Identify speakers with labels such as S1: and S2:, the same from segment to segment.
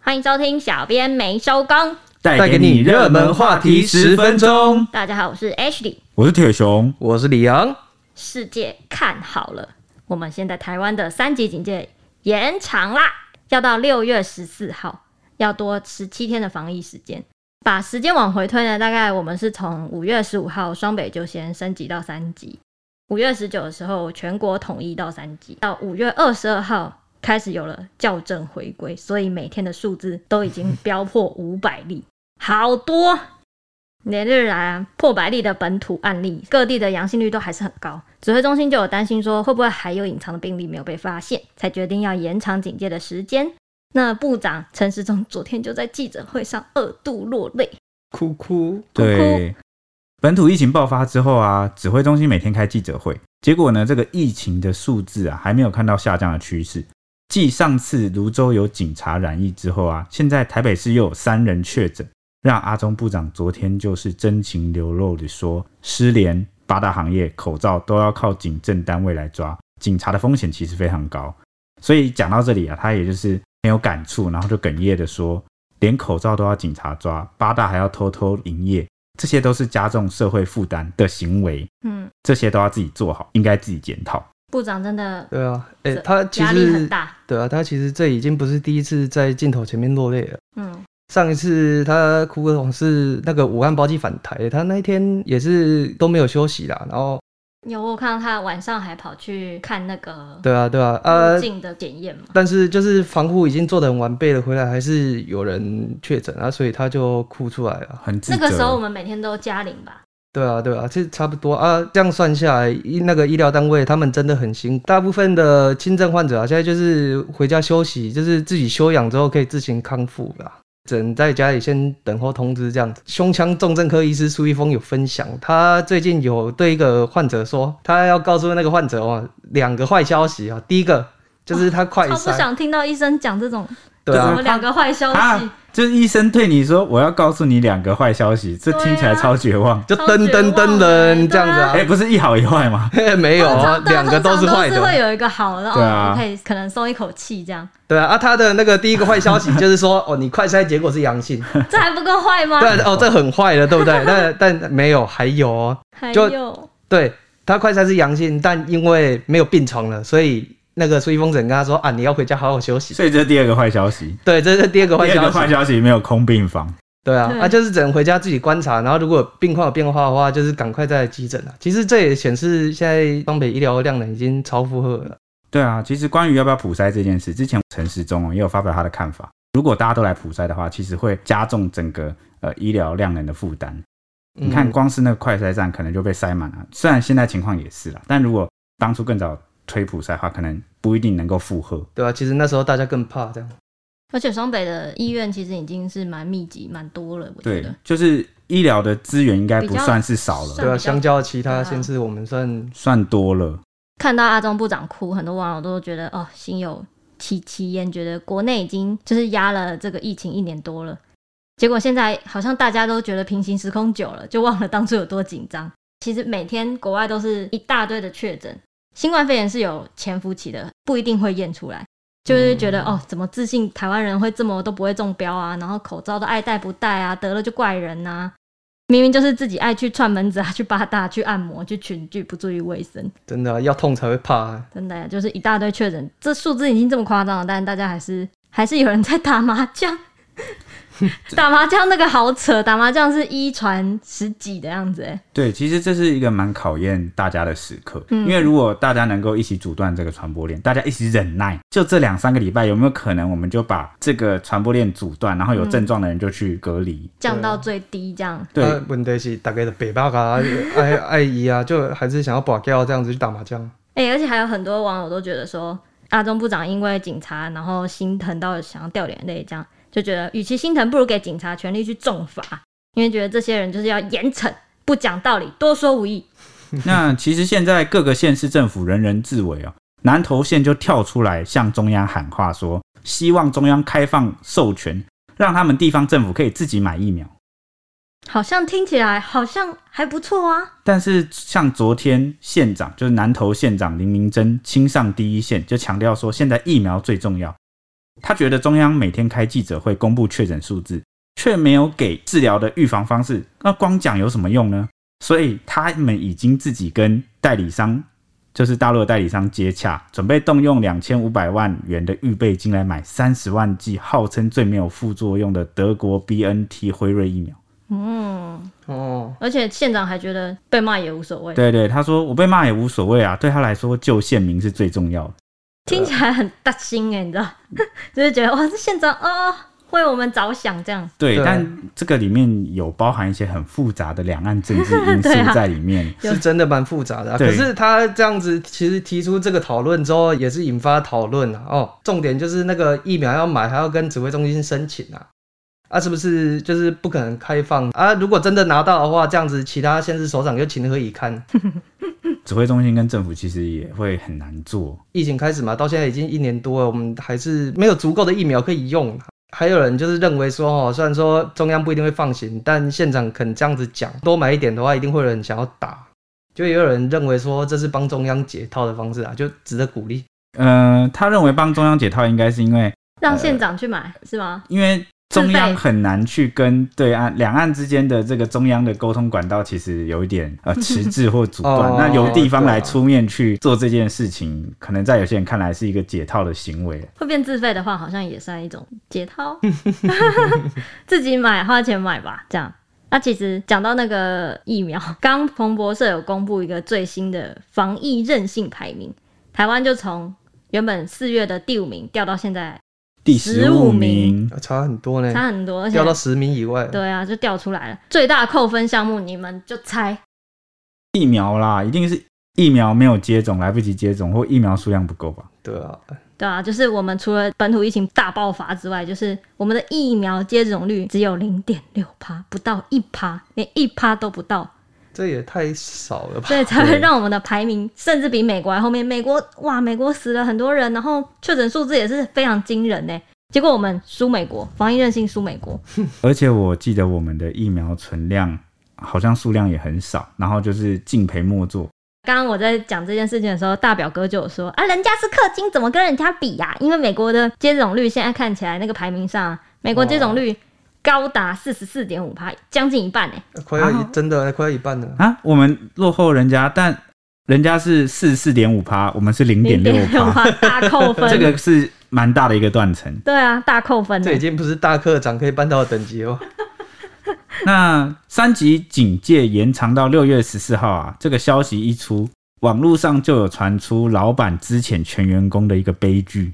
S1: 欢迎收听《小编没收工》。
S2: 带给你热门话题十分钟。
S1: 大家好，我是 Ashley。
S3: 我是铁熊，
S2: 我是李阳，
S1: 世界看好了，我们现在台湾的三级警戒延长啦，要到六月十四号，要多十七天的防疫时间。把时间往回推呢，大概我们是从五月十五号双北就先升级到三级，五月十九的时候全国统一到三级，到五月二十二号开始有了校正回归，所以每天的数字都已经飙破五百例，好多。连日来啊，破百例的本土案例，各地的阳性率都还是很高。指挥中心就有担心说，会不会还有隐藏的病例没有被发现，才决定要延长警戒的时间。那部长陈时中昨天就在记者会上二度落泪，
S2: 哭哭，
S3: 对，本土疫情爆发之后啊，指挥中心每天开记者会，结果呢，这个疫情的数字啊，还没有看到下降的趋势。继上次泸州有警察染疫之后啊，现在台北市又有三人确诊，让阿中部长昨天就是真情流露的说，失联八大行业口罩都要靠警政单位来抓，警察的风险其实非常高。所以讲到这里啊，他也就是很有感触，然后就哽咽的说，连口罩都要警察抓，八大还要偷偷营业，这些都是加重社会负担的行为，
S1: 嗯，
S3: 这些都要自己做好，应该自己检讨。
S1: 部长真的
S2: 对啊，哎、
S1: 这
S2: 他其
S1: 压力很
S2: 实
S1: 大，
S2: 对啊，他其实这已经不是第一次在镜头前面落泪了。
S1: 嗯，
S2: 上一次他哭的是那个武汉包机返台，他那一天也是都没有休息啦。然后，
S1: 有我有看到他晚上还跑去看那个
S2: 对啊，对啊，
S1: 入
S2: 呃，
S1: 境的检验嘛，
S2: 但是就是防护已经做的很完备了，回来还是有人确诊啊，所以他就哭出来了。
S3: 很自
S1: 那
S3: 责。
S1: 个时候我们每天都加零吧，
S2: 对啊，对啊，其实差不多啊。这样算下来，医那个医疗单位他们真的很辛苦。大部分的轻症患者啊，现在就是回家休息，就是自己休养之后可以自行康复啦。只能在家里先等候通知这样子。胸腔重症科医师苏一峰有分享，他最近有对一个患者说，他要告诉那个患者哦，两个坏消息啊。第一个就是他快
S1: 哦超不
S2: 筛，
S1: 想听到医生讲这种
S2: 对
S1: 什
S2: 啊
S1: 么，两个坏消息
S3: 啊。，就是医生对你说：“我要告诉你两个坏消息。”这
S1: 对啊
S3: 听起来超绝 望。
S2: 就
S1: 超绝
S2: 噔
S1: 望
S2: 噔噔
S1: 的
S2: 噔这样子
S3: 哎、
S2: 啊，
S3: 不是一好一 坏吗？
S2: 嘿 没有啊，
S1: 通常
S2: 两个都
S1: 通
S2: 是坏
S1: 常都是
S2: 的
S1: 会。有一个好的，
S3: 对
S1: 哦，
S3: 啊
S1: 可以可能松一口气这样，
S2: 对啊，啊，他的那个第一个坏消息就是说，哦，你快筛结果是阳性，
S1: 这还不够坏吗？
S2: 对哦，这很坏了，对不对？ 但但没有，还有哦，
S1: 还
S2: 就
S1: 有，
S2: 对他快筛是阳性，但因为没有病床了，所以那个苏一峰只能跟他说啊，你要回家好好休息。
S3: 所以这是第二个坏消息。
S2: 对，这是第二个坏
S3: 第二
S2: 消
S3: 个坏
S2: 息。
S3: 消息没有空病房，
S2: 对啊
S1: 对，
S2: 啊，就是只能回家自己观察，然后如果病况有变化的话，就是赶快再来急诊啊。其实这也显示现在东北医疗量能已经超负荷了。
S3: 对啊，其实关于要不要普筛这件事，之前陈时中哦也有发表他的看法。如果大家都来普筛的话，其实会加重整个呃医疗量能的负担。你看，
S2: 嗯
S3: 光是那个快筛站可能就被塞满了。虽然现在情况也是啦，但如果当初更早推普筛的话，可能不一定能够负荷。
S2: 对啊，其实那时候大家更怕这样。
S1: 而且双北的医院其实已经是蛮密集、蛮多了，我觉
S3: 对
S1: 得，
S3: 就是医疗的资源应该不算是少
S1: 比
S3: 了，
S1: 较
S2: 对啊，
S1: 比较
S2: 相较其
S1: 对啊
S2: 他县市，我们算
S3: 算多了。
S1: 看到阿中部长哭，很多网友都觉得哦，心有戚戚焉，觉得国内已经就是压了这个疫情一年多了，结果现在好像大家都觉得平行时空久了，就忘了当初有多紧张。其实每天国外都是一大堆的确诊，新冠肺炎是有潜伏期的，不一定会验出来。就是觉得、哦，怎么自信台湾人会这么都不会中标啊？然后口罩都爱戴不戴啊？得了就怪人呐、明明就是自己爱去串门子啊，去八大、去按摩、去群聚，不注意卫生。
S2: 真的啊、要痛才会怕啊、
S1: 真的耶就是一大堆确诊，这数字已经这么夸张了，但大家还是还是有人在打麻将。打麻将那个好扯，打麻将是一传十几的样子，哎，
S3: 对，其实这是一个蛮考验大家的时刻，
S1: 嗯
S3: 因为如果大家能够一起阻断这个传播链，大家一起忍耐，就这两三个礼拜，有没有可能我们就把这个传播链阻断，然后有症状的人就去隔离？
S1: 降到最低这样。
S3: 对，
S2: 啊问题是大概的北巴啊， 爱爱姨啊，就还是想要保掉这样子去打麻将。
S1: 哎、而且还有很多网友都觉得说，阿中部长因为警察，然后心疼到想要掉眼泪，这样就觉得，与其心疼，不如给警察权力去重罚，因为觉得这些人就是要严惩，不讲道理，多说无益。
S3: 那其实现在各个县市政府人人自危哦，南投县就跳出来向中央喊话说，希望中央开放授权，让他们地方政府可以自己买疫苗。
S1: 好像听起来好像还不错啊，
S3: 但是像昨天县长，就是南投县长林明珍亲上第一线，就强调说，现在疫苗最重要。他觉得中央每天开记者会公布确诊数字，却没有给治疗的预防方式，那光讲有什么用呢？所以他们已经自己跟代理商，就是大陆的代理商接洽，准备动用两千五百万元的预备金来买三十万剂号称最没有副作用的德国 B N T 辉瑞疫苗。
S1: 嗯，
S2: 哦，
S1: 而且县长还觉得被骂也无所谓，
S2: 啊
S3: 对对，他说我被骂也无所谓啊，对他来说救县民是最重要的。
S1: 听起来很大心哎、你知道， 就是觉得哇，这县长哦为我们着想这样。
S3: 对，
S2: 对
S3: 但这个里面有包含一些很复杂的两岸政治因素
S1: 对啊
S3: 在里面。
S1: 有
S2: 是真的蛮复杂的、啊。
S3: 对
S2: 可是他这样子，其实提出这个讨论之后，也是引发讨论啊。哦，重点就是那个疫苗要买，还要跟指挥中心申请啊。啊，是不是就是不可能开放啊？如果真的拿到的话，这样子其他县市首长就情何以堪？
S3: 指挥中心跟政府其实也会很难做。
S2: 疫情开始嘛，到现在已经一年多了，我们还是没有足够的疫苗可以用。还有人就是认为说，哦，虽然说中央不一定会放行，但县长肯这样子讲，多买一点的话，一定会有人想要打。就也有人认为说，这是帮中央解套的方式啊，就值得鼓励。
S3: 呃，他认为帮中央解套应该是因为，
S1: 让县长去买
S2: 呃
S1: 是吗？
S3: 因为中
S1: 自
S3: 央
S1: 费
S3: 很难去跟对岸两岸之间的这个中央的沟通管道，其实有一点呃迟滞或阻断。
S2: 哦
S3: 那由地方
S2: 对啊
S3: 来出面去做这件事情，可能在有些人看来是一个解套的行为。
S1: 会变自费的话，好像也算一种解套， 自己买花钱买吧，这样。那其实讲到那个疫苗， 刚彭博社有公布一个最新的防疫韧性排名，台湾就从原本四月的第五名掉到现在
S3: 第
S1: 15
S3: 十五
S1: 名
S3: 名，
S2: 啊差很多呢，
S1: 差很多，而且
S2: 掉到十名以外。
S1: 对啊，就掉出来了。最大扣分项目，你们就猜
S3: 疫苗啦，一定是疫苗没有接种，来不及接种，或疫苗数量不够吧？
S2: 对啊，
S1: 对啊，就是我们除了本土疫情大爆发之外，就是我们的疫苗接种率只有零点六趴，不到一趴，连一趴都不到，
S2: 这也太少了吧？
S1: 所以才会
S3: 对
S1: 让我们的排名甚至比美国还后面。美国哇，美国死了很多人，然后确诊数字也是非常惊人呢。结果我们输美国，防疫韧性输美国，
S3: 而且我记得我们的疫苗存量好像数量也很少，然后就是敬陪末座。
S1: 刚刚我在讲这件事情的时候，大表哥就有说啊，人家是氪金，怎么跟人家比呀、因为美国的接种率现在看起来那个排名上，美国接种率高达四十四点五趴，将近一半哎、
S2: 快要一、
S3: 啊
S2: 真的快要一半了。
S3: 啊，我们落后人家，但人家是四十四点五趴，我们是零点六趴，
S1: 趴，啊大扣分。
S3: 这个是蛮大的一个断层。
S1: 对啊，大扣分
S2: 这已
S1: 欸。
S2: 经不是大课长可以办到的等级哦。
S3: 那三级警戒延长到六月十四号啊，这个消息一出，网络上就有传出老板之前全员工的一个悲剧，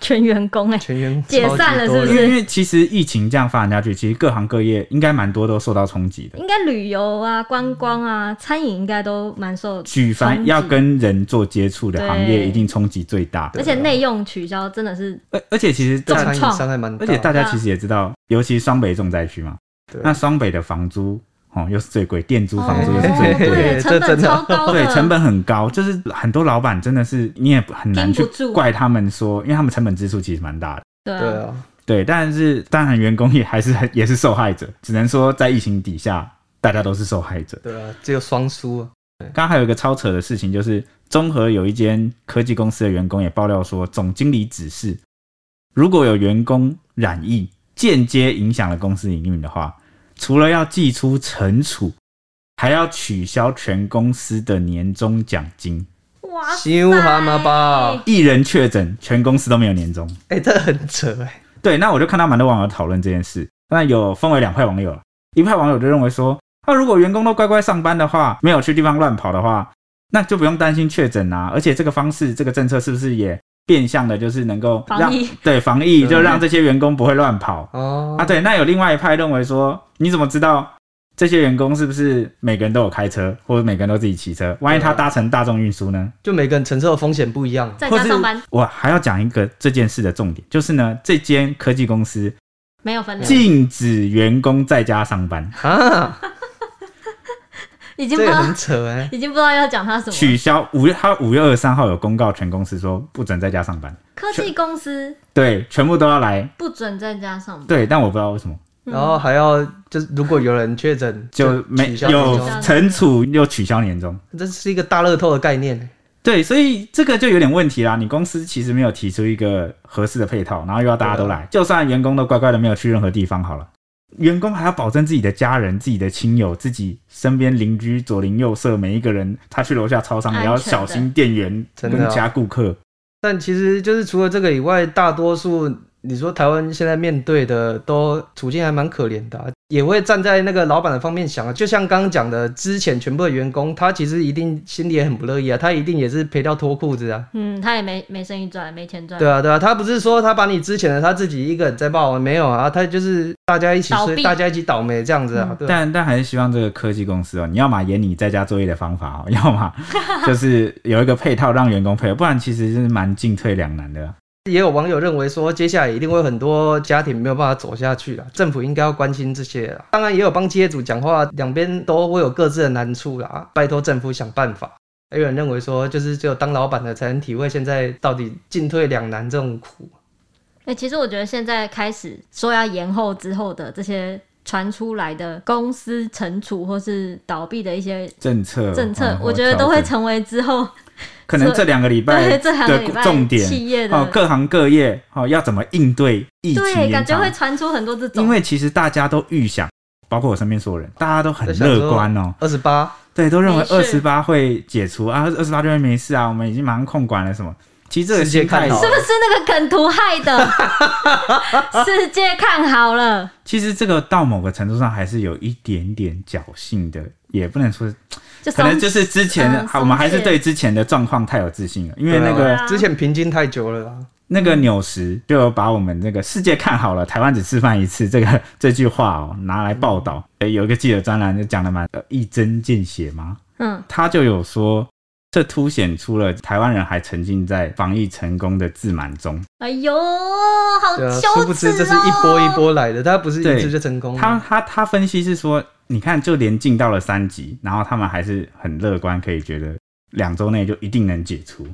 S1: 全员工哎、
S2: 全员
S1: 解散了是不
S3: 因
S1: 是
S3: 为因为其实疫情这样发展下去，其实各行各业应该蛮多都受到冲击的。
S1: 应该旅游啊、观光啊、餐饮应该都蛮受
S3: 举凡
S1: 冲击
S3: 要跟人做接触的行业，
S1: 对
S3: 一定冲击最大。
S2: 啊
S1: 而且内用取消真的是
S3: 而而且其实
S2: 对
S1: 重
S3: 大
S2: 餐饮
S1: 创
S2: 伤害蛮大
S3: 而
S2: 的，
S3: 且大家
S1: 啊
S3: 其实也知道，尤其双北重灾区嘛，
S2: 对啊
S3: 那双北的房租哦又是最贵，店租房租又
S2: 也
S3: 是
S1: 哦
S3: 最贵，
S1: 对，
S2: 对
S1: 成
S2: 这
S1: 本
S2: 真的
S1: 超高的，
S3: 对成本很高，就是很多老板真的是你也很难去
S1: 盯不住
S3: 怪他们说，因为他们成本支出其实蛮大的。
S1: 对啊
S2: 对啊，
S3: 对，但是当然员工也还是 很也是受害者，只能说在疫情底下大家都是受害者。
S2: 对啊，只有双输啊。
S3: 刚刚还有一个超扯的事情，就是综合有一间科技公司的员工也爆料说，总经理指示，如果有员工染疫，间接影响了公司营运的话，除了要寄出惩处，还要取消全公司的年终奖金。
S1: 哇塞，
S2: 羞蛤蟆吧
S3: 一人确诊，全公司都没有年终。
S2: 哎、这很扯哎、
S3: 对，那我就看到蛮多网友讨论这件事，那有分为两派网友，一派网友就认为说，那、如果员工都乖乖上班的话，没有去地方乱跑的话，那就不用担心确诊啊，而且这个方式、这个政策是不是也变相的，就是能够
S1: 防
S3: 让
S1: 疫
S3: 对防疫，
S2: 对
S3: 就让这些员工不会乱跑
S2: 哦
S3: 啊？对，那有另外一派认为说，你怎么知道？这些员工是不是每个人都有开车，或者每个人都自己骑车？万一他搭乘大众运输呢？
S2: 就每个人承受的风险不一样。
S1: 在
S3: 或
S1: 家
S3: 是
S1: 上班
S3: 我还要讲一个这件事的重点，就是呢，这间科技公司
S1: 没有分流，
S3: 禁止员工在家上班，
S2: 啊，
S1: 已经
S2: 这
S1: 不知
S2: 也
S1: 道
S2: 很扯 哎、
S1: 已经不知道要讲他什么
S3: 取
S1: 了。
S3: 消五月他五月二十三号有公告，全公司说不准在家上班，
S1: 科技公司
S3: 对，全部都要来，
S1: 不准在家上班，
S3: 对，但我不知道为什么
S1: 嗯
S2: 然后还要就是，如果有人确诊，
S3: 就没
S2: 取消
S3: 有
S2: 年终
S3: 惩处又取消年终，
S2: 这是一个大乐透的概念、欸。
S3: 对，所以这个就有点问题啦。你公司其实没有提出一个合适的配套，然后又要大家都
S2: 啊
S3: 来，就算员工都乖乖的没有去任何地方好了，员工还要保证自己的家人、自己的亲友、自己身边邻居左邻右舍每一个人，他去楼下超商也要
S1: 安全的
S3: 小心店员
S2: 真
S3: 跟
S2: 的啊
S3: 其他顾客。
S2: 但其实就是除了这个以外，大多数你说台湾现在面对的都处境还蛮可怜的啊、也会站在那个老板的方面想啊。就像刚刚讲的，之前全部的员工，他其实一定心里也很不乐意啊，他一定也是赔到脱裤子啊。
S1: 嗯，他也没没生意赚，没钱赚，
S2: 对啊，对啊，他不是说他把你之前的他自己一个人在报啊，没有啊，他就是大家一起
S1: 倒
S2: 睡，
S1: 闭嗯
S2: 大家一起倒霉这样子啊。对啊
S3: 但但还是希望这个科技公司哦，你要么演你在家作业的方法哦，要 么就是有一个配套让员工配合，不然其实是蛮进退两难的。
S2: 也有网友认为说，接下来一定会有很多家庭没有办法走下去啊，政府应该要关心这些啊。当然，也有帮企业主讲话，两边都会有各自的难处啦，拜托政府想办法。还有人认为说，就是只有当老板的才能体会现在到底进退两难这种苦。
S1: 哎、其实我觉得现在开始说要延后之后的这些传出来的公司惩处或是倒闭的一些
S3: 政策
S1: 政策，
S3: 嗯
S1: 我觉得
S3: 调
S1: 都会
S3: 整
S1: 成为之后
S3: 可能这两个礼拜
S1: 对这两个礼拜
S3: 的重点
S1: 企业的、
S3: 哦，各行各业哦要怎么应对疫情
S1: 对，
S3: 延
S1: 感觉
S3: 长
S1: 会？传出很多这种，
S3: 因为其实大家都预想，包括我身边所有人，大家都很
S2: 在想说
S3: 乐观哦，
S2: 二十八，
S3: 对，都认为
S1: 没
S3: 二
S1: 事
S3: 十八会解除啊，二十八就会没事啊，我们已经马上控管了什么。其实这个
S2: 世界
S3: 心态
S2: 看好
S1: 是不是那个梗图害的？世界看好了，
S3: 其实这个到某个程度上还是有一点点侥幸的，也不能说，
S1: 就
S3: 可能
S1: 松
S3: 就是之前的
S1: 嗯、
S3: 我们还是
S1: 松懈
S3: 对之前的状况太有自信了，因为那
S2: 对
S3: 个、
S2: 啊之前平均太久了啦。
S3: 那个纽时就有把我们这个世界看好了，台湾只示范一次这个 这句话哦，拿来报道。诶，有一个记者专栏就讲的蛮呃一针见血嘛，
S1: 嗯，
S3: 他就有说，这凸显出了台湾人还沉浸在防疫成功的自满中。
S1: 哎呦，好
S2: 对啊，
S1: 羞
S2: 殊不
S1: 耻、哦
S2: 知这是一波一，波来的，他不是一
S3: 对
S2: 次就成功了。
S3: 他他他分析是说，你看就连进到了三级，然后他们还是很乐观，可以觉得两周内就一定能解除。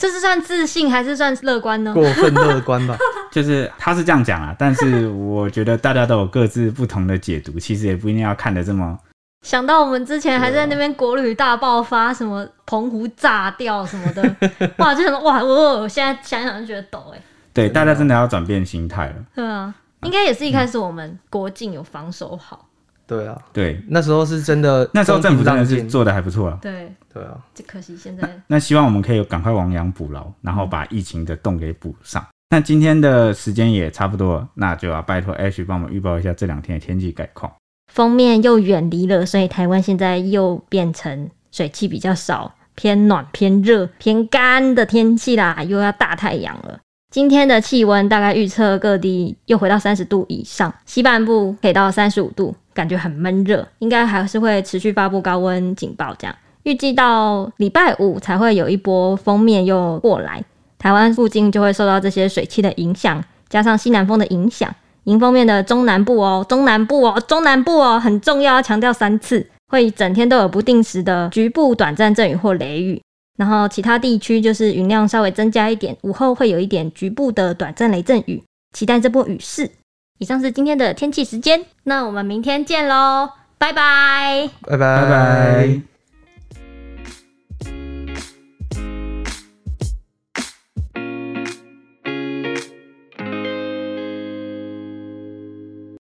S1: 这是算自信还是算乐观呢？
S2: 过分乐观吧？
S3: 就是他是这样讲啊，但是我觉得大家都有各自不同的解读，其实也不一定要看的这么
S1: 想到我们之前还在那边国旅大爆发，什么澎湖炸掉什么的，哇，就想说哇，我我现在想想就觉得抖哎、
S3: 对，
S2: 真的
S3: 大
S2: 啊
S3: 家真的要转变心态了。
S1: 对啊，应该也是一开始我们国境有防守好，
S2: 对啊，
S3: 对，
S2: 那时候是真的，
S3: 那时候政府真的是
S2: 中平浪
S3: 做的还不错了。
S1: 对，
S2: 静对啊，
S1: 只可惜现
S3: 那
S1: 在
S3: 那希望我们可以赶快亡羊补牢，然
S2: 嗯
S3: 后把疫情的洞给补上。那今天的时间也差不多了，那就要拜托 Ash 帮我们预报一下这两天的天气概况。
S1: 封面又远离了，所以台湾现在又变成水汽比较少、偏暖、偏热、偏干的天气啦，又要大太阳了。今天的气温大概预测各地又回到三十度以上，西半部可以到三十五度，感觉很闷热，应该还是会持续发布高温警报这样。预计到礼拜五才会有一波封面又过来，台湾附近就会受到这些水汽的影响，加上西南风的影响。迎风面的中南部哦，中南部哦，中南部哦，很重要，要强调三次，会整天都有不定时的局部短暂阵雨或雷雨。然后其他地区就是云量稍微增加一点，午后会有一点局部的短暂雷阵雨，期待这波雨势。以上是今天的天气时间，那我们明天见喽，拜拜。
S2: 拜
S3: 拜
S2: 拜
S3: 拜。